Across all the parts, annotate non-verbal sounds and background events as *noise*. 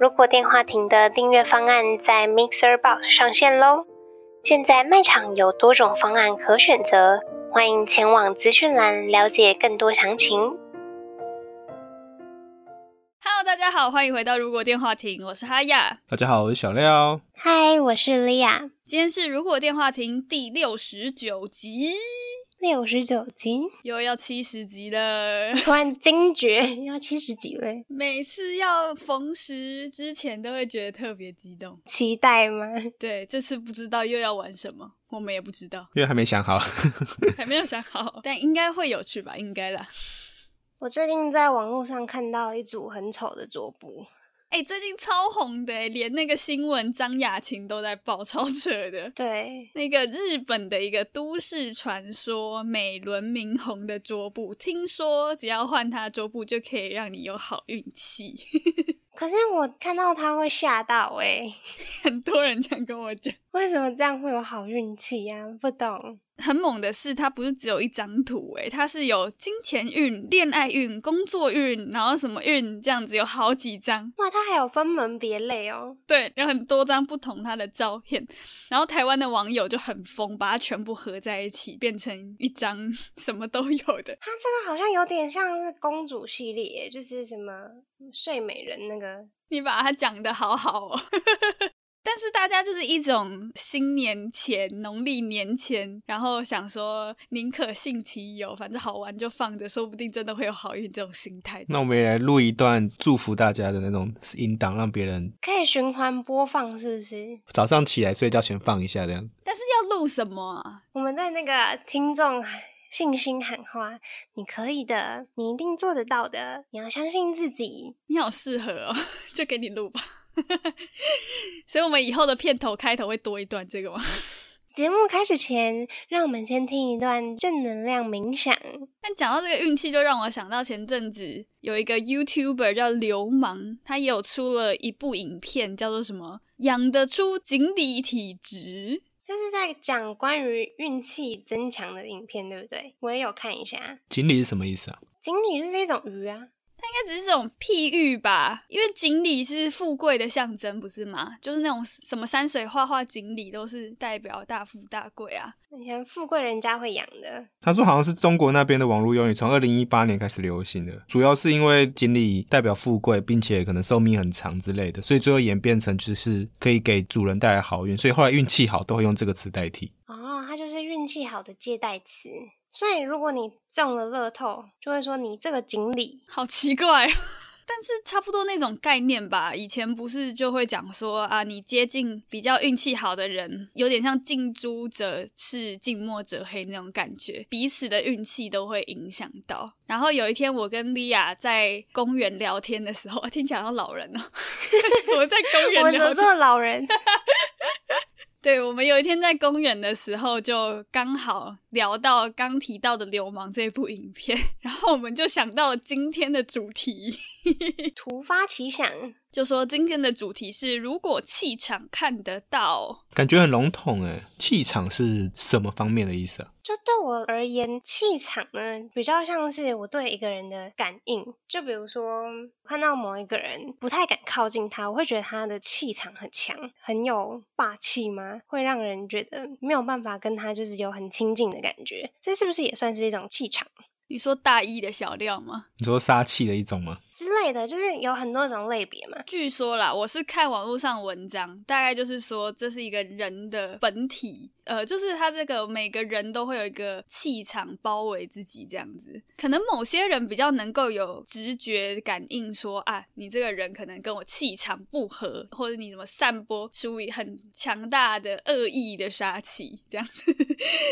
如果电话亭的订阅方案在 Mixer Box 上线喽。现在卖场有多种方案可选择，欢迎前往资讯栏了解更多详情。 Hello，大家好，欢迎回到《如果电话亭》，我是哈雅。大家好，我是小廖。嗨，我是莉亚，今天是《如果电话亭》第六十九集，六十九集，又要七十集了。 *laughs* 突然惊觉要七十几位，每次要逢十之前都会觉得特别激动。期待吗？对，这次不知道又要玩什么，我们也不知 *laughs* 道，因为还没想好，还没有想好，但应该会有趣吧？应该啦。我最近在网络上看到一组很丑的桌布，哎、最近超红的欸，连那个新闻张雅琴都在报，超扯的。对，那个日本的一个都市传说，美轮明宏的桌布，听说只要换它桌布就可以让你有好运气。 *laughs* 可是我看到它会吓到哎、很多人这样跟我讲。为什么这样会有好运气呀、不懂，很猛的是，它不是只有一张图，诶，它是有金钱运、恋爱运、工作运，然后什么运这样子，有好几张，哇，它还有分门别类哦，对，有很多张不同它的照片。然后台湾的网友就很疯，把它全部合在一起，变成一张什么都有的。它这个好像有点像是公主系列，欸就是什么睡美人那个，你把它讲的好好哦。 *laughs* 但是大家就是一种新年前、农历年前，然后想说宁可信其有，反正好玩就放着，说不定真的会有好运这种心态。那我们也来录一段祝福大家的那种音档，让别人可以循环播放，是不是？早上起来睡觉前放一下，这样但是要录什么啊？我们在那个听众信心喊话，你可以的，你一定做得到的，你要相信自己。你好适合哦， *laughs* 就给你录吧。 *laughs* 所以我们以后的片头、开头会多一段这个吗？节目开始前，让我们先听一段正能量冥想。但讲到这个运气，就让我想到前阵子有一个 YouTuber 叫流氓，他也有出了一部影片，叫做什么“养得出锦鲤体质就是在讲关于运气增强的影片，对不对？我也有看一下。锦鲤是什么意思啊？锦鲤就是一种鱼啊，”，它应该只是这种譬喻吧？因为锦鲤是富贵的象征，不是吗？就是那种什么山水画画锦鲤，都是代表大富大贵啊。以前富贵人家会养的。他说好像是中国那边的网络用语，从二零一八年开始流行的，主要是因为锦鲤代表富贵，并且可能寿命很长之类的，所以最后演变成就是可以给主人带来好运，所以后来运气好都会用这个词代替。哦，它就是运气好的借代词。所以如果你中了乐透，就会说你这个锦鲤。好奇怪、哦。 *laughs* 但是差不多那种概念吧，以前不是就会讲说啊，你接近比较运气好的人，有点像近朱者赤，近墨者黑那种感觉，彼此的运气都会影响到。然后有一天，我跟莉亚在公园聊天的时候， *laughs* 听起来好像老人哦， *laughs* 怎么在公 *laughs* 我园们怎聊么这天？么老人？对，我们有一天在公园的时候，就刚好聊到刚提到的《流氓》这部影片，然后我们就想到了今天的主题。突发奇想，就说今天的主题是如果气场看得到，感觉很笼统诶，气场是什么方面的意思啊？就对我而言，气场呢比较像是我对一个人的感应。就比如说，看到某一个人不太敢靠近他，我会觉得他的气场很强，很有霸气吗？会让人觉得没有办法跟他就是有很亲近的感觉。这是不是也算是一种气场你说大一的小料吗？你说杀气的一种吗？之类的？就是有很多种类别嘛。据说啦，我是看网络上文章，大概就是说这是一个人的本体，呃，就是他这个每个人都会有一个气场包围自己这样子。可能某些人比较能够有直觉感应说啊，你这个人可能跟我气场不合，或者你怎么散播出很强大的恶 *laughs* 意的杀气这样子，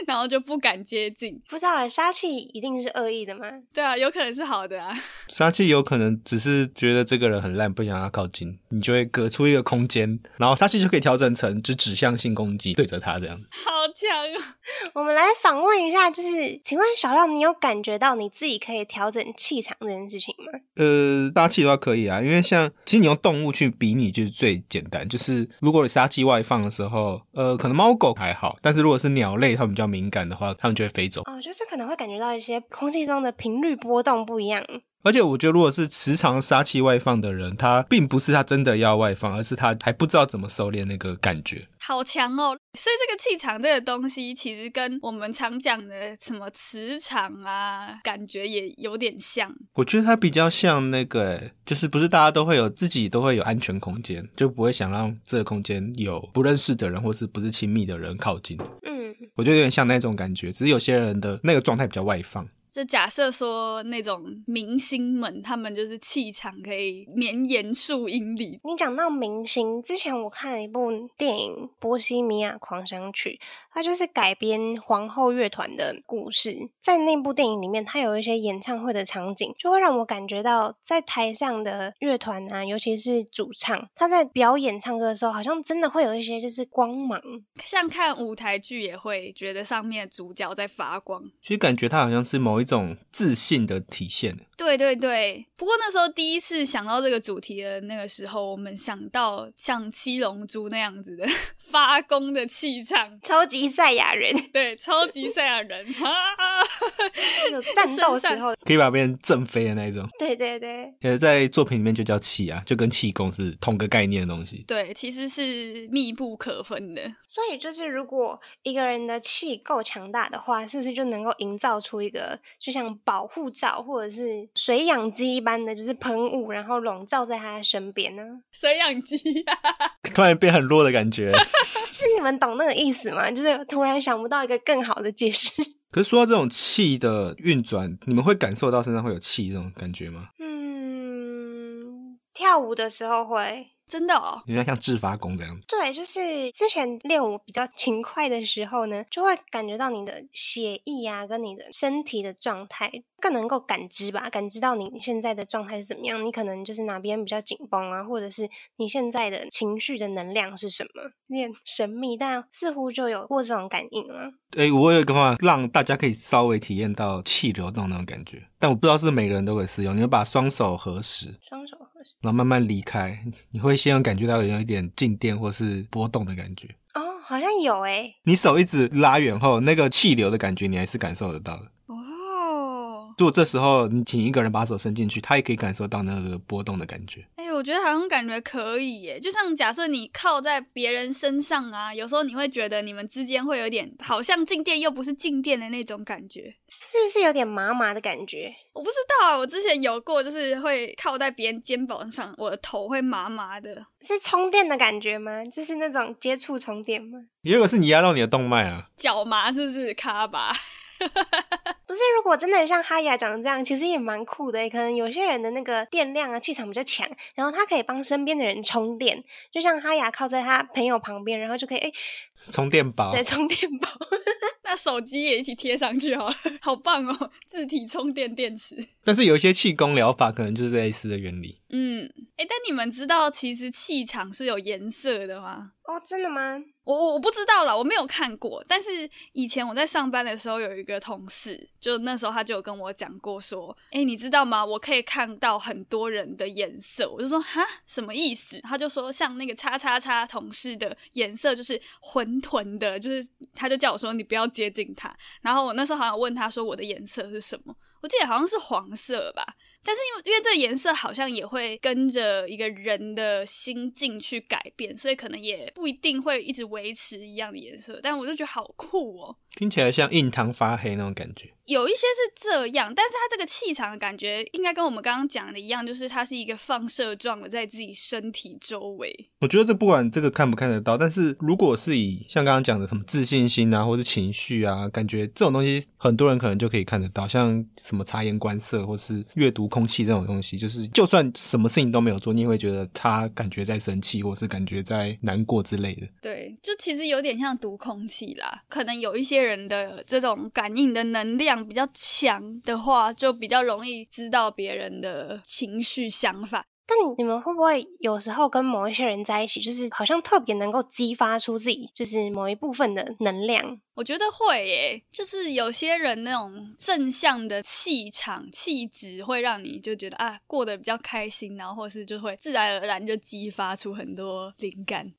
然后就不敢接近。不知道欸杀气一定是恶恶意的吗？对啊，有可能是好的啊。 *laughs* 杀气有可能只是觉得这个人很烂，不想让他靠近，你就会隔出一个空间，然后杀气就可以调整成只指向性攻击，对着他这样。好强啊！我们来访问一下，就是请问小廖，你有感觉到你自己可以调整气场这件事情吗？呃，杀气的话可以啊，因为像其实你用动物去比拟就是最简单，就是如果你杀气外放的时候，呃，可能猫狗还好，但是如果是鸟类，它们比较敏感的话，它们就会飞走。哦，就是可能会感觉到一些空气中的频率波动不一样。而且我觉得，如果是时常杀气外放的人，他并不是他真的要外放，而是他还不知道怎么收敛那个感觉。好强哦！所以这个气场这个东西，其实跟我们常讲的什么磁场啊，感觉也有点像。我觉得他比较像那个、欸，就是不是大家都会有自己都会有安全空间，就不会想让这个空间有不认识的人或是不是亲密的人靠近。嗯，我觉得有点像那种感觉，只是有些人的那个状态比较外放。就假设说那种明星们，他们就是气场可以绵延数英里。你讲到明星，之前我看了一部电影《波西米亚狂想曲》，它就是改编皇后乐团的故事。在那部电影里面，它有一些演唱会的场景，就会让我感觉到在台上的乐团啊，尤其是主唱，他在表演唱歌的时候，好像真的会有一些就是光芒。像看舞台剧也会觉得上面的主角在发光。其实感觉他好像是某一种自信的体现。对对对，不过那时候第一次想到这个主题的那个时候，我们想到像七龙珠那样子的 *laughs* 发功的气场，超级赛亚人 *laughs* 对，超级赛亚人啊！有战斗时候，可以把别人震飞的那一种，对对对，呃，在作品里面就叫气啊，就跟气功是同个概念的东西。对，其实是密不可分的。所以就是，如果一个人的气够强大的话，是不是就能够营造出一个就像保护罩或者是水养机一般的，就是喷雾，然后笼罩在他的身边呢？ *laughs* 水养机 *laughs* 啊，突然变很弱的感觉。 *laughs* 是你们懂那个意思吗？就是突然想不到一个更好的解释。 *laughs* 可是说到这种气的运转，你们会感受到身上会有气这种感觉吗？嗯，跳舞的时候会。真的哦，有点像制发功这样子。对，就是之前练舞比较勤快的时候呢，就会感觉到你的血液啊，跟你的身体的状态更能够感知吧，感知到你现在的状态是怎么样，你可能就是哪边比较紧绷啊，或者是你现在的情绪的能量是什么，有点神秘，但似乎就有过这种感应啊。诶，我有一个方法让大家可以稍微体验到气流动那种感觉，但我不知道是不是每个人都可以适用。你要把双手合十，双手合十，然后慢慢离开，你会先有感觉到有一点静电或是波动的感觉。哦，好像有诶、你手一直拉远后，那个气流的感觉你还是感受得到的。哦，如果这时候你请一个人把手伸进去，他也可以感受到那个波动的感觉。哎、我觉得好像感觉可以耶。就像假设你靠在别人身上啊，有时候你会觉得你们之间会有点好像静电又不是静电的那种感觉。是不是有点麻麻的感觉？我不知道啊，我之前有过，就是会靠在别人肩膀上，我的头会麻麻的。是充电的感觉吗？就是那种接触充电吗？也有可能是你压到你的动脉啊，脚麻是不是卡吧？不是，如果真的像哈雅讲的这样，其实也蛮酷的。欸可能有些人的那个电量啊、气场比较强，然后他可以帮身边的人充电，就像哈雅靠在他朋友旁边，然后就可以哎、充电宝来充电宝。 *laughs* *laughs* 那手机也一起贴上去好了，好棒哦！自体充电电池。但是有一些气功疗法可能就是类似的原理。嗯，哎、但你们知道其实气场是有颜色的吗？哦，真的吗？我我我不知道啦，我没有看过。但是以前我在上班的时候，有一个同事，就那时候他就有跟我讲过说，哎、你知道吗？我可以看到很多人的颜色。我就说哈，什么意思？他就说像那个叉叉叉同事的颜色就是浑沌的，就是他就叫我说你不要接近他。然后我那时候好像问他说我的颜色是什么，我记得好像是黄色吧。但是因为因为这个颜色好像也会跟着一个人的心境去改变，所以可能也不一定会一直维持一样的颜色。但我就觉得好酷哦，听起来像印堂发黑那种感觉。有一些是这样，但是它这个气场的感觉应该跟我们刚刚讲的一样，就是它是一个放射状的在自己身体周围。我觉得这不管这个看不看得到，但是如果是以像刚刚讲的什么自信心啊，或是情绪啊，感觉这种东西，很多人可能就可以看得到，像什么察言观色或是阅读空气这种东西，就是就算什么事情都没有做，你也会觉得他感觉在生气，或是感觉在难过之类的。对，就其实有点像读空气啦。可能有一些人的这种感应的能量比较强的话，就比较容易知道别人的情绪想法。但你们会不会有时候跟某一些人在一起，就是好像特别能够激发出自己就是某一部分的能量？我觉得会耶，就是有些人那种正向的气场、气质，会让你就觉得啊，过得比较开心，然后或是就会自然而然就激发出很多灵感。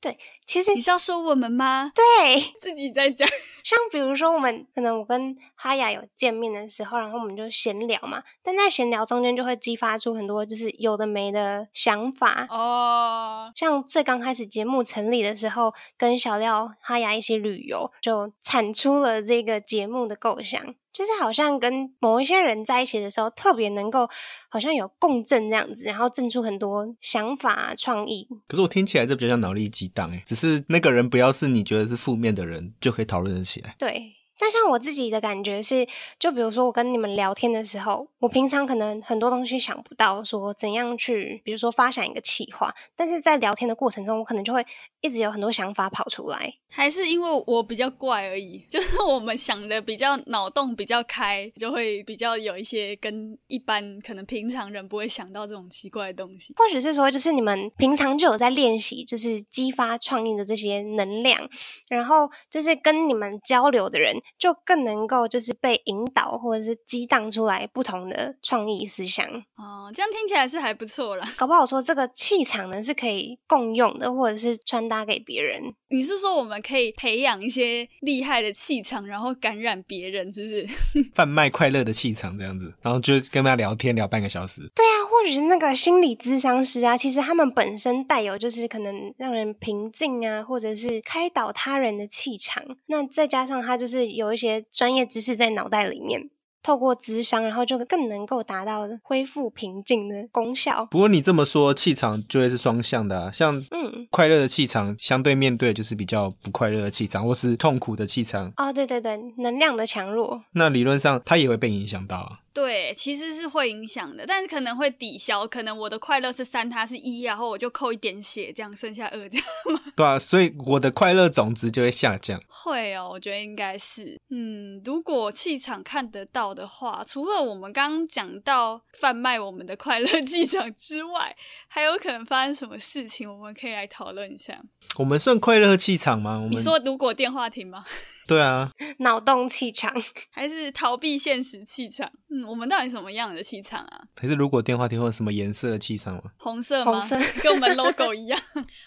其实你是要说我们吗？对，自己在讲，像比如说我们可能我跟哈雅有见面的时候，然后我们就闲聊嘛，但在闲聊中间就会激发出很多就是有的没的想法。哦，像最刚开始节目成立的时候，跟小廖、哈雅一起旅游，就产出了这个节目的构想。就是好像跟某一些人在一起的时候，特别能够好像有共振这样子，然后振出很多想法啊、创意。可是我听起来这比较像脑力激荡哎，只是那个人不要是你觉得是负面的人，就可以讨论得起来。对，但像我自己的感觉是，就比如说我跟你们聊天的时候，我平常可能很多东西想不到，说怎样去，比如说发想一个企划，但是在聊天的过程中，我可能就会一直有很多想法跑出来。还是因为我比较怪而已，就是我们想的比较脑洞比较开，就会比较有一些跟一般可能平常人不会想到这种奇怪的东西。或许是说，就是你们平常就有在练习，就是激发创意的这些能量，然后就是跟你们交流的人，就更能够就是被引导或者是激荡出来不同的创意思想。哦，这样听起来是还不错啦。搞不好说这个气场呢是可以共用的，或者是传达给别人。你是说我们可以培养一些厉害的气场，然后感染别人，是不 *laughs* 是？贩卖快乐的气场这样子，然后就跟他聊天聊半个小时，对啊，或许是那个心理咨商师啊，其实他们本身带有就是可能让人平静啊，或者是开导他人的气场。那再加上他就是有一些专业知识在脑袋里面，透过咨商，然后就更能够达到恢复平静的功效。不过你这么说，气场就会是双向的、啊，像嗯，快乐的气场相对面对就是比较不快乐的气场，或是痛苦的气场，哦，对对对，能量的强弱， *laughs* 那理论上它也会被影响到啊。对，其实是会影响的，但是可能会抵消。可能我的快乐是三，他是一，然后我就扣一点血，这样剩下二，这样 *laughs* 对啊，所以我的快乐种子就会下降。会哦，我觉得应该是。嗯，如果气场看得到的话，除了我们刚刚讲到贩卖我们的快乐气场之外，还有可能发生什么事情，我们可以来讨论一下。我们算快乐气场吗？我们你说如果电话亭吗？ *laughs* 对啊，脑洞气场。 *laughs* 还是逃避现实气场？嗯，我们到底什么样的气场啊？可是如果电话亭会有什么颜色的气场吗？红色吗？红 *laughs* 跟我们 logo 一样。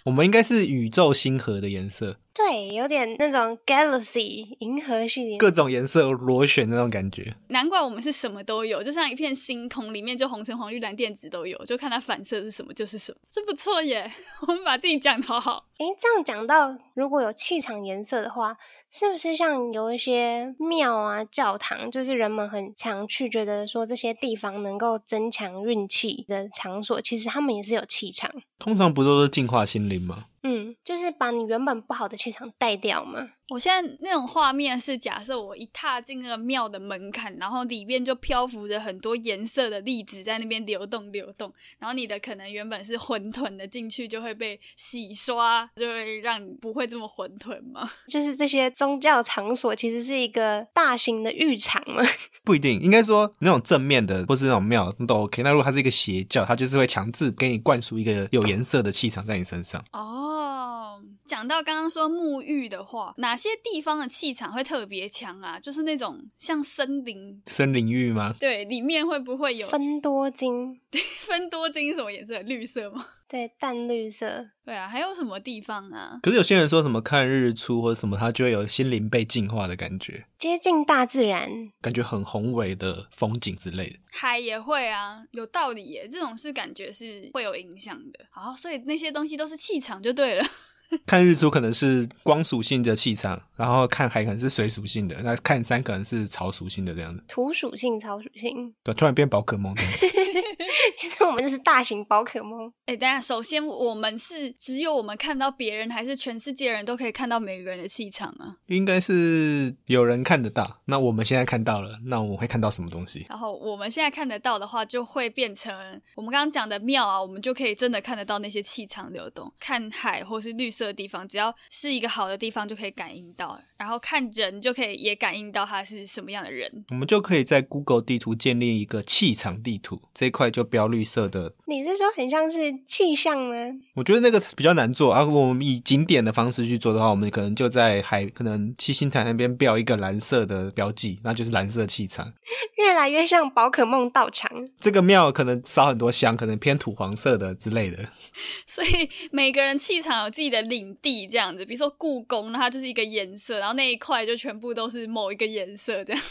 我们应该是宇宙星河的颜色，对，有点那种 galaxy 银河系列。各种颜色螺旋的那种感觉。难怪我们是什么都有，就像一片星空，里面就红橙黄绿蓝靛紫都有，就看它反射是什么就是什么，这不错耶。 *laughs* 我们把自己讲得好好。诶，这样讲到，如果有气场颜色的话，是不是像有一些庙啊、教堂，就是人们很常去，觉得说这些地方能够增强运气的场所，其实他们也是有气场。通常不都是净化心灵吗？嗯，就是把你原本不好的气场带掉嘛。我现在那种画面是，假设我一踏进那个庙的门槛，然后里面就漂浮着很多颜色的粒子在那边流动流动，然后你的可能原本是混沌的进去就会被洗刷，就会让你不会这么混沌吗？就是这些宗教场所其实是一个大型的浴场嘛。 *laughs* 不一定，应该说那种正面的或是那种庙都 OK。那如果它是一个邪教，它就是会强制给你灌输一个有颜色的气场在你身上。哦，讲到刚刚说沐浴的话，哪些地方的气场会特别强啊？就是那种像森林，森林浴吗？对，里面会不会有分多金，分多金什么颜色？绿色吗？对，淡绿色。 *laughs* 对啊，还有什么地方啊？可是有些人说什么看日出或者什么，他就会有心灵被净化的感觉，接近大自然，感觉很宏伟的风景之类的。海也会啊，有道理耶。这种是感觉是会有影响的。好，所以那些东西都是气场就对了。 *laughs* 看日出可能是光属性的气场，然后看海可能是水属性的，那看山可能是草属性的这样子。土属性、草属性， *laughs* 对，突然变宝可梦这样。其实我们就是大型宝可梦。哎，等一下，首先我们是只有我们看到别人，还是全世界人都可以看到每个人的气场啊？应该是有人看得到，那我们现在看到了，那我们会看到什么东西？然后我们现在看得到的话，就会变成我们刚刚讲的庙啊，我们就可以真的看得到那些气场流动。看海或是绿色色的地方，只要是一个好的地方就可以感应到，然后看人就可以也感应到他是什么样的人。 *laughs* 我们就可以在 Google 地图建立一个气场地图，这一块就标绿色的。你是说很像是气象吗？我觉得那个比较难做啊。如果我们以景点的方式去做的话，我们可能就在海，可能七星潭那边标一个蓝色的标记，那就是蓝色气场。越来越像宝可梦道场。这个庙可能烧很多香，可能偏土黄色的之类的。 *laughs* 所以每个人气场有自己的领地，这样子，比如说故宫，那它就是一个颜色，然后那一块就全部都是某一个颜色这样。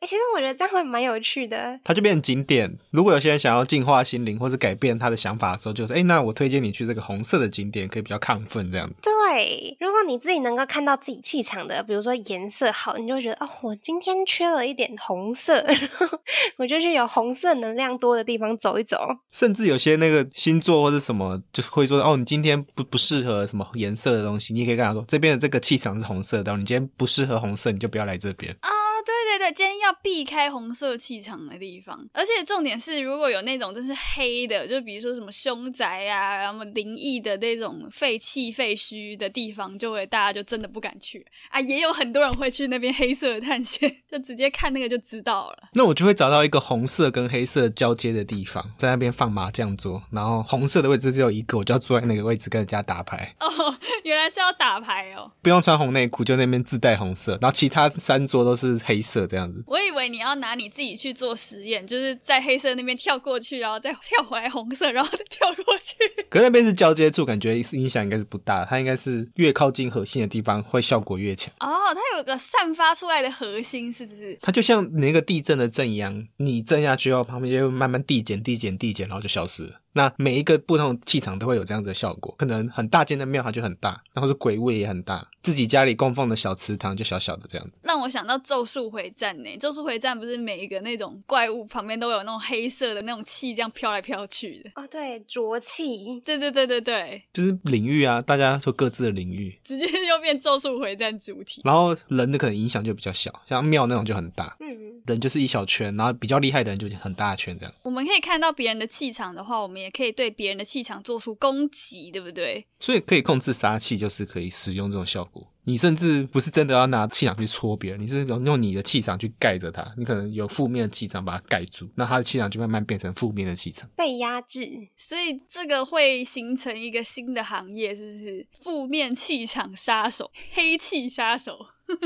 哎、其实我觉得这样会蛮有趣的。它就变成景点。如果有些人想要净化心灵或是改变他的想法的时候，就是哎、诶那我推荐你去这个红色的景点，可以比较亢奋这样子。对，如果你自己能够看到自己气场的，比如说颜色好，你就会觉得哦，我今天缺了一点红色， *laughs* 然后我就去有红色能量多的地方走一走。甚至有些那个星座或者什么，就是会说哦，你今天不不适合什么颜色的东西，你也可以跟他说，这边的这个气场是红色的，你今天不适合红色，你就不要来这边。啊，对对对，今天要避开红色气场的地方，而且重点是，如果有那种真是黑的，就比如说什么凶宅啊，然后灵异的那种废弃废墟的地方，就会大家就真的不敢去啊。也有很多人会去那边黑色的探险，就直接看那个就知道了。那我就会找到一个红色跟黑色交接的地方，在那边放麻将桌，然后红色的位置只有一个，我就要坐在那个位置跟人家打牌，哦，原来是要打牌哦，不用穿红内裤，就那边自带红色，然后其他三桌都是黑色这样子。 *laughs* 我以为你要拿你自己去做实验，就是在黑色那边跳过去，然后再跳回来红色，然后再跳过去。 *laughs* 可是那边是交接处，感觉影响应该是不大，它应该是越靠近核心的地方会效果越强。哦，它有个散发出来的核心，是不是？它就像你那个地震的震一样，你震下去后，旁边就会慢慢递减、递减、递减，然后就消失了。那每一个不同的气场都会有这样子的效果，可能很大间的庙它就很大，然后是鬼位也很大，自己家里供奉的小祠堂就小小的这样子。让我想到《咒术回战》呢，《咒术回战》不是每一个那种怪物旁边都有那种黑色的那种气，这样飘来飘去的。哦，对，浊气。对对对对对，就是领域啊，大家就各自的领域，直接又变《咒术回战》主题。然后人的可能影响就比较小，像庙那种就很大，嗯，人就是一小圈，然后比较厉害的人就是很大圈这样。我们可以看到别人的气场的话，我们也可以对别人的气场做出攻击，对不对？所以可以控制杀气，就是可以使用这种效果。你甚至不是真的要拿气场去戳别人，你是用用你的气场去盖着它。你可能有负面的气场把它盖住，那它的气场就慢慢变成负面的气场。被压制。所以这个会形成一个新的行业，是不是？负面气场杀手，黑气杀手， *laughs*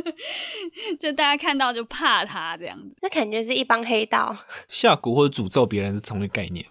就大家看到就怕他这样子。那感觉是一帮黑道。下蛊或者诅咒别人是同一个概念。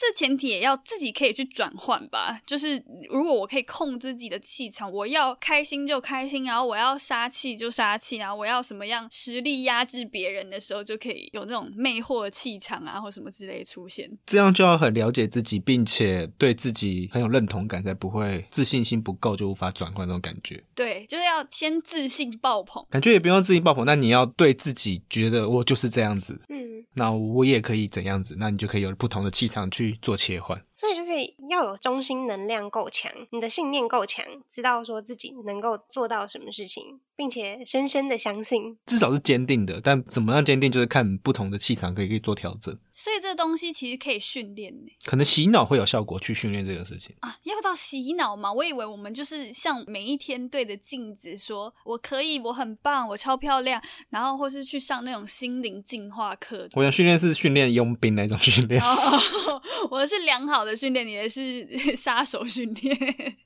这前提也要自己可以去转换吧。就是如果我可以控制自己的气场，我要开心就开心，然后我要杀气就杀气，然后我要什么样实力压制别人的时候，就可以有那种魅惑的气场啊，或什么之类出现。这样就要很了解自己，并且对自己很有认同感，才不会自信心不够就无法转换那种感觉。对，就是要先自信爆棚。感觉也不用自己爆棚，但你要对自己觉得我就是这样子，嗯，那我也可以怎样子，那你就可以有不同的气场去做切换。所以就是要有中心能量够强，你的信念够强，知道说自己能够做到什么事情，并且深深的相信。至少是坚定的，但怎么样坚定，就是看不同的气场可以可以做调整。所以这东西其实可以训练呢。可能洗脑会有效果去训练这个事情。啊，要不到洗脑嘛？我以为我们就是像每一天对着镜子说“我可以，我很棒，我超漂亮”，然后或是去上那种心灵净化课。我想训练是训练佣兵那种训练，哦， *laughs* 我是良好的训练，你的是 *laughs* 杀手训练， *laughs*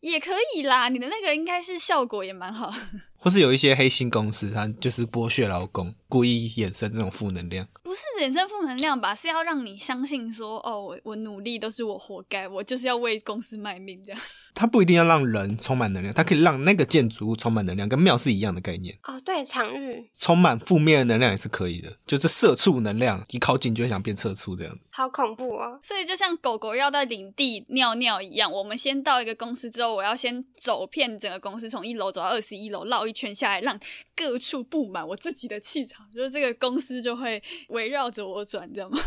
也可以啦。你的那个应该是效果也蛮好。 *laughs* 或是有一些黑心公司，它就是剥削劳工，故意衍生这种负能量。不是人生负能量吧？是要让你相信说，哦，我我努力都是我活该，我就是要为公司卖命这样。 *laughs* 它不一定要让人充满能量，它可以让那个建筑物充满能量，跟庙是一样的概念。哦，对，场域充满负面的能量也是可以的，就这社畜能量，一靠近就会想变社畜这样。好恐怖哦！所以就像狗狗要到领地尿尿一样，我们先到一个公司之后，我要先走遍整个公司，从一楼走到二十一楼，绕一圈下来，让各处布满我自己的气场，就是这个公司就会围绕着我转，这样吗？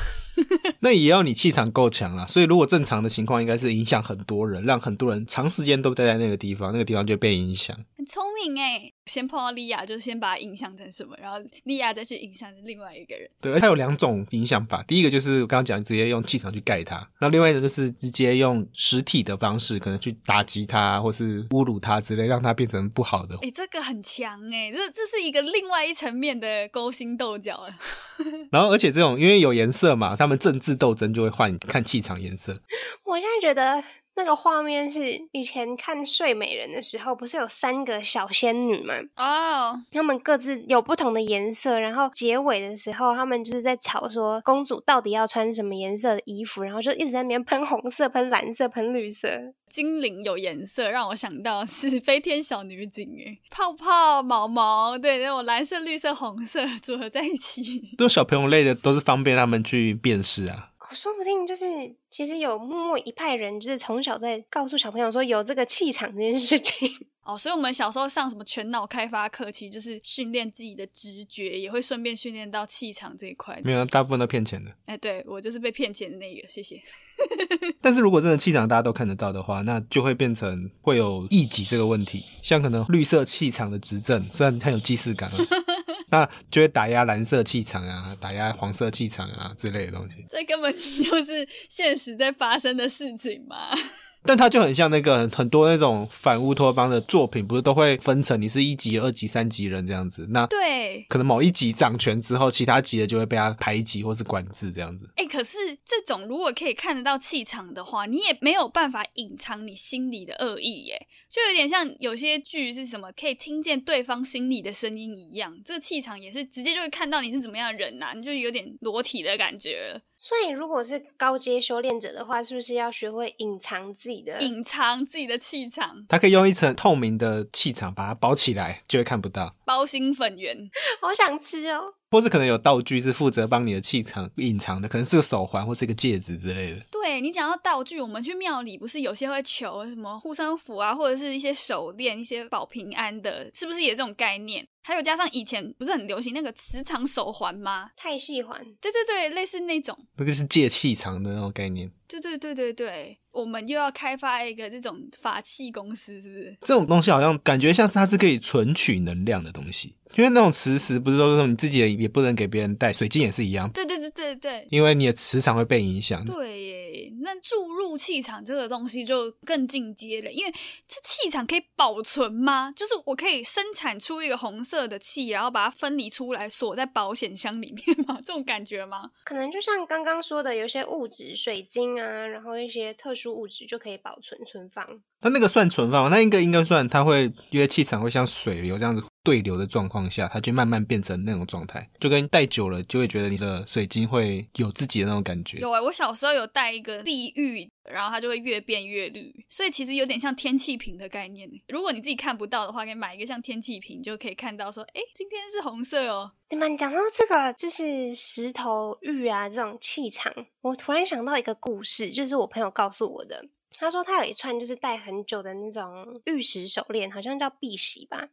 那也要你气场够强啦。所以如果正常的情况，应该是影响很多人，让很多人长时间都待在那个地方，那个地方就被影响。聪明哎！先碰到莉亚，就先把她影响成什么，然后莉亚再去影响另外一个人。对，而且它有两种影响法。第一个就是我刚刚讲，直接用气场去盖它；那另外一个就是直接用实体的方式，可能去打击它，或是侮辱它之类，让它变成不好的。哎、这个很强哎，这这是一个另外一层面的勾心斗角啊。然后，而且这种因为有颜色嘛，他们政治斗争就会换看气场颜色。我现在觉得那个画面是以前看《睡美人》的时候，不是有三个小仙女吗？哦，她们各自有不同的颜色，然后结尾的时候，她们就是在吵说公主到底要穿什么颜色的衣服，然后就一直在那边喷红色、喷蓝色、喷绿色。精灵有颜色，让我想到是飞天小女警哎，泡泡、毛毛，对，那种蓝色、绿色、红色组合在一起。这种小朋友类的都是方便他们去辨识啊。哦，说不定就是其实有默默一派人，就是从小在告诉小朋友说有这个气场这件事情。 *laughs* 哦，所以我们小时候上什么全脑开发课，其实就是训练自己的直觉，也会顺便训练到气场这一块。没有，大部分都骗钱的。哎，对我就是被骗钱的那个，谢谢。但是如果真的气场大家都看得到的话，那就会变成会有异己这个问题。像可能绿色气场的执政，虽然它有既视感啊，那就会打压蓝色气场啊，打压黄色气场啊之类的东西。这根本 *laughs* 就是现实在发生的事情嘛。 *laughs* 但它就很像那个很很多那种反乌托邦的作品，不是都会分成你是一级、二级、三级人这样子。那对，可能某一级掌权之后，其他级的就会被他排挤或是管制这样子。哎、可是这种如果可以看得到气场的话，你也没有办法隐藏你心里的恶意耶，就有点像有些剧是什么可以听见对方心里的声音一样，这气场也是直接就会看到你是怎么样的人呐、你就有点裸体的感觉了，所以，如果是高阶修炼者的话，是不是要学会隐藏自己的？隐藏自己的气场，他可以用一层透明的气场把它包起来，就会看不到。包心粉圆，好想吃哦！或是可能有道具是负责帮你的气场隐藏的，可能是个手环或是一个戒指之类的。对你讲到道具，我们去庙里不是有些会求什么护身符啊，或者是一些手链、一些保平安的，是不是也这种概念？还有加上以前不是很流行那个磁场手环吗？太细环，对对对，类似那种。那个是借气场的那种概念。对对对对对，我们又要开发一个这种法器公司，是不是？这种东西好像感觉像是它是可以存取能量的东西，因为那种磁石不是都是说你自己也不能给别人带，水晶也是一样，对对对对对因为你的磁场会被影响。对耶，那注入气场这个东西就更进阶了，因为这气场可以保存吗？就是我可以生产出一个红色的气，然后把它分离出来，锁在保险箱里面吗？ *laughs* 这种感觉吗？可能就像刚刚说的，有一些物质，水晶啊，然后一些特殊物质就可以保存存放。它那个算存放吗，那应该应该算，它会因为气场会像水流这样子对流的状况下，它就慢慢变成那种状态，就跟戴久了就会觉得你的水晶会有自己的那种感觉有。哎、我小时候有带一个碧玉，然后它就会越变越绿，所以其实有点像天气瓶的概念。欸如果你自己看不到的话，可以买一个像天气瓶，就可以看到说，哎，今天是红色哦。你们讲到这个，就是石头玉啊这种气场，我突然想到一个故事，就是我朋友告诉我的。他说他有一串就是戴很久的那种玉石手链，好像叫碧玺吧。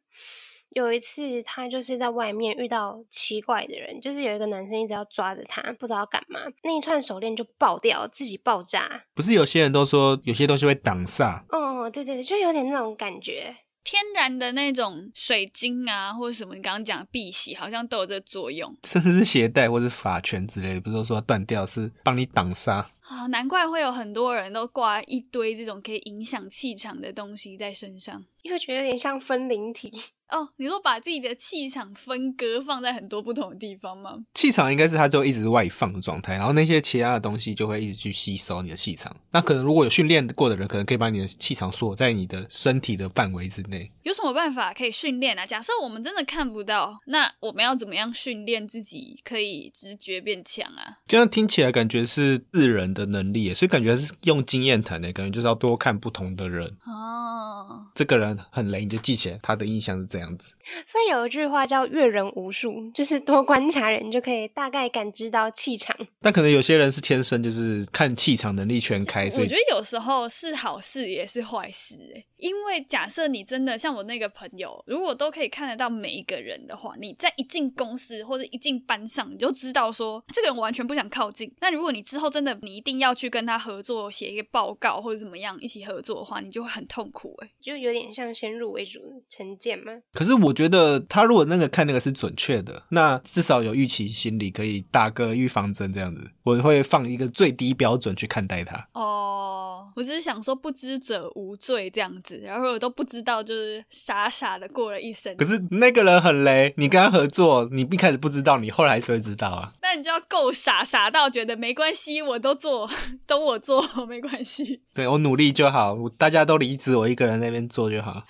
有一次，他就是在外面遇到奇怪的人，就是有一个男生一直要抓着他，不知道干嘛，那一串手链就爆掉，自己爆炸。不是有些人都说有些东西会挡煞，哦，对对对，就有点那种感觉。天然的那种水晶啊，或者什么，你刚刚讲的碧玺，好像都有这作用甚至是鞋带或是法圈之类的，不是都说断掉是帮你挡煞？啊、难怪会有很多人都挂一堆这种可以影响气场的东西在身上。又觉得有点像分灵体，哦，你说把自己的气场分割放在很多不同的地方吗？气场应该是它就一直外放的状态，然后那些其他的东西就会一直去吸收你的气场。那可能如果有训练过的人，可能可以把你的气场锁在你的身体的范围之内。有什么办法可以训练啊？假设我们真的看不到，那我们要怎么样训练自己可以直觉变强啊？这样听起来感觉是自人的能力耶，所以感觉是用经验谈的，感觉就是要多看不同的人。哦，这个人很雷，你就记起来他的印象是这样子。所以有一句话叫“阅人无数”，就是多观察人就可以大概感知到气场。但可能有些人是天生就是看气场能力全开，所我以觉得有时候是好事也是坏事诶、因为假设你真的像我那个朋友，如果都可以看得到每一个人的话，你在一进公司或者一进班上，你就知道说这个人我完全不想靠近。那如果你之后真的你一定要去跟他合作，写一个报告或者怎么样一起合作的话，你就会很痛苦哎、就有点像先入为主的成见嘛。可是我觉得他如果那个看那个是准确的，那至少有预期心理，可以打个预防针这样子。我会放一个最低标准去看待它。哦，我只是想说不知者无罪这样子，然后我都不知道，就是傻傻的过了一生。可是那个人很雷，你跟他合作，你一开始不知道，你后来才会知道啊。那你就要够傻，傻到觉得没关系，我都做， *laughs* 都我做，没关系。对我努力就好，我大家都离职，我一个人在那边做就好。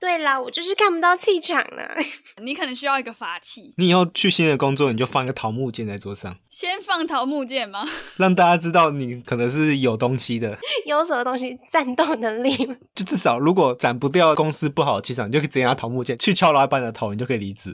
对啦，我就是看不到气场啦。 *laughs* 你可能需要一个法器，你以后去新的工作，你就放一个桃木剑在桌上，先放桃木剑吗？ *laughs* 让大家知道你可能是有东西的。有什么东西战斗能力吗？ *laughs* 就至少如果斩不掉公司不好的气场，你就可以直接拿桃木剑去敲老板的头，你就可以离职。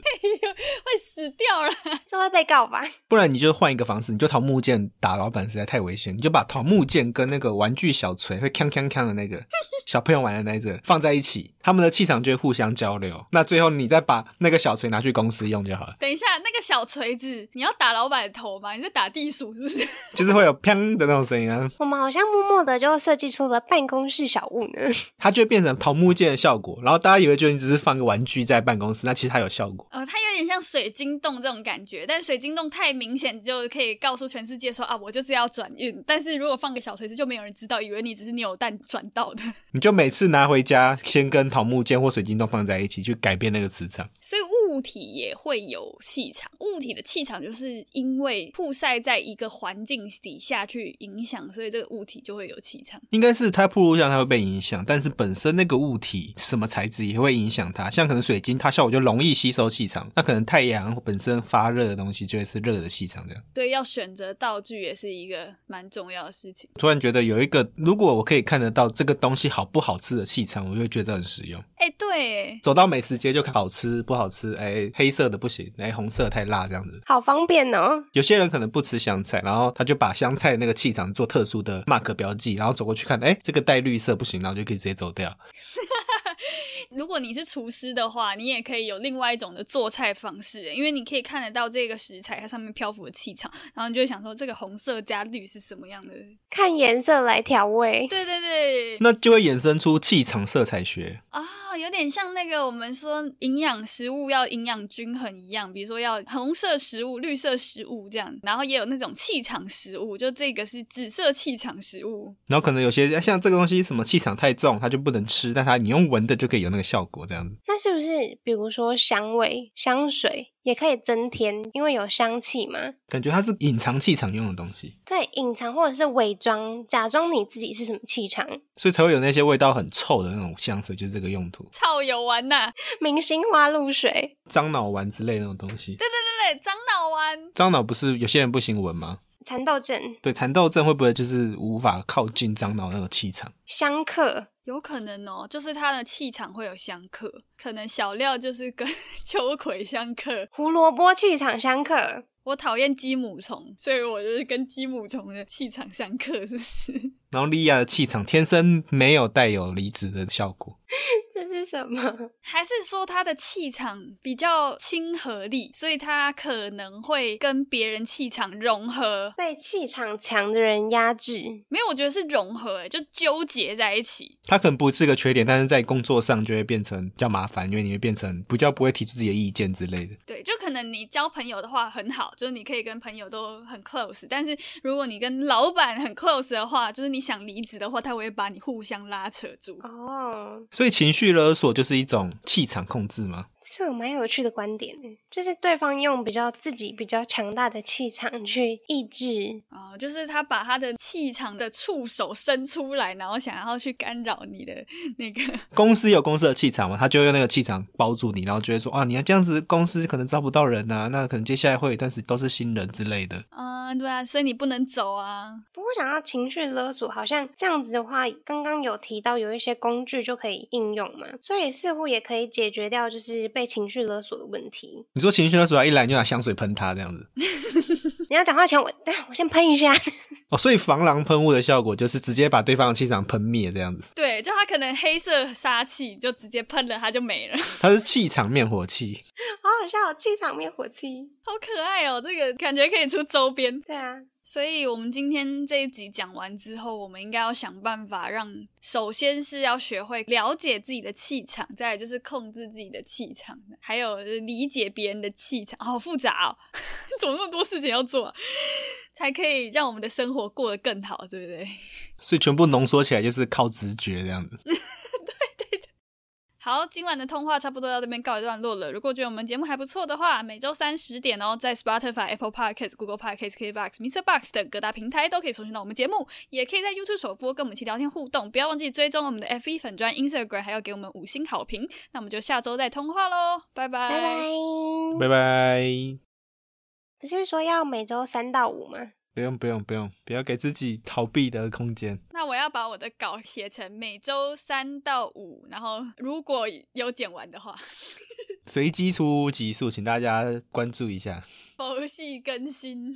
会死掉了。这会被告吧？不然你就换一个方式，你就桃木剑打老板实在太危险，你就把桃木剑跟那个玩具小锤会锵锵锵的那个 *laughs* 小朋友玩的那一个放在一起，他们的气场就会互相交流。那最后你再把那个小锤拿去公司用就好了， *laughs* 等一下，那个小锤子，你要打老板的头吗？你在打地鼠是不是？ *laughs* 就是会有砰的那种声音啊，我们好像默默的就设计出了办公室小物呢。它就会变成桃木剑的效果。然后大家以为就你只是放个玩具在办公室，那其实它有效果。呃，它有点像水晶洞这种感觉，但水晶洞太明显，就可以告诉全世界说啊，我就是要转运。但是如果放个小锤子，就没有人知道，以为你只是扭蛋转到的。你就每次拿回家，先跟桃木剑或水晶洞放在一起，去改变那个磁场。所以物体也会有气场，物体的气场就是因为曝晒在一个环境底下去影响，所以这个物体就会有气场。应该是它铺路上它会被影响，但是本身那个物体什么材质也会影响它。像可能水晶，它效果就容易吸收气场；那可能太阳本身发热的东西就会是热的气场。这样对，要选择道具也是一个蛮重要的事情。突然觉得有一个，如果我可以看得到这个东西好不好吃的气场，我就会觉得很实用。哎，对，走到美食街就看好吃不好吃，哎，黑色的不行，哎，红色太辣这样子。好方便哦！有些人可能不吃香菜，然后他就把香菜那个气场做特殊的 mark 标记，然后走过去看，哎，这个带绿色不行，然后就可以直接走掉。如果你是厨师的话，你也可以有另外一种的做菜方式，欸因为你可以看得到这个食材它上面漂浮的气场，然后你就会想说这个红色加绿是什么样的？看颜色来调味，对对对，那就会衍生出气场色彩学。啊、有点像那个我们说营养食物要营养均衡一样，比如说要红色食物、绿色食物这样，然后也有那种气场食物，就这个是紫色气场食物。然后可能有些像这个东西，什么气场太重，它就不能吃，但它你用闻的就可以有那个效果，这样子。那是不是比如说香味、香水也可以增添，因为有香气嘛？感觉它是隐藏气场用的东西，对，隐藏或者是伪装，假装你自己是什么气场，所以才会有那些味道很臭的那种香水，就是这个用途。超有玩呐、明星花露水，樟脑丸之类的那种东西，对对，樟脑丸。樟脑不是有些人不行闻吗？蚕豆症、对，蚕豆症会不会就是无法靠近樟脑那种气场？香客，有可能哦，就是它的气场会有相克，可能小料就是跟 *laughs* 秋葵相克。胡萝卜气场相克，我讨厌鸡母虫，所以我就是跟鸡母虫的气场相克，是不是？然后莉亚的气场天生没有带有离子的效果， *laughs* 这是什么？还是说它的气场比较亲和力，所以它可能会跟别人气场融合？被气场强的人压制，没有，我觉得是融合，欸就纠结在一起。它可能不是个缺点，但是在工作上就会变成比较麻烦，因为你会变成比较不会提出自己的意见之类的。对，就可能你交朋友的话很好，就是你可以跟朋友都很 close，但是如果你跟老板很 close 的话，就是你想离职的话，他会把你互相拉扯住。哦，所以情绪勒索就是一种气场控制吗？这个蛮有趣的观点呢，就是对方用比较自己比较强大的气场去抑制，啊、就是他把他的气场的触手伸出来，然后想要去干扰你的那个。 *laughs* 公司有公司的气场嘛，他就会用那个气场包住你，然后就会说啊，你要这样子，公司可能招不到人啊，那可能接下来会，但是都是新人之类的。嗯，对啊，所以你不能走啊。不过想到情绪勒索，好像这样子的话，刚刚有提到有一些工具就可以应用嘛，所以似乎也可以解决掉就是被情绪勒索的问题。 *laughs* 啊你说情绪勒索，他一来你就拿香水喷他这样子，你要讲话前我，我先喷一下， *laughs* 哦，所以防狼喷雾的效果就是直接把对方的气场喷灭，这样子。对，就他可能黑色杀气就直接喷了，他就没了， *laughs* 它是气场灭火器，好好笑哦，气场灭火器。好可爱哦！这个感觉可以出周边。对啊，所以我们今天这一集讲完之后，我们应该要想办法让，首先是要学会了解自己的气场，再来就是控制自己的气场，还有就是理解别人的气场，好复杂哦， *laughs* 怎么那么多事情要做啊、 *laughs* 才可以让我们的生活过得更好，对不对？所以全部浓缩起来就是靠直觉这样子。好，今晚的通话差不多到这边告一段落了。如果觉得我们节目还不错的话，每周三十点哦，在 Spotify、Apple Podcasts、Google Podcasts、KBox、Mr. Box 等各大平台都可以搜寻到我们节目，也可以在 YouTube 首播跟我们一起聊天互动。不要忘记追踪我们的 FB 粉砖、Instagram，还要给我们五星好评。那我们就下周再通话喽，拜拜。拜拜。拜拜，不是说要每周三到五吗？不用不用不用，不要给自己逃避的空间。那我要把我的稿写成每周三到五，然后如果有剪完的话， *laughs* 随机出集数，请大家关注一下。佛系更新。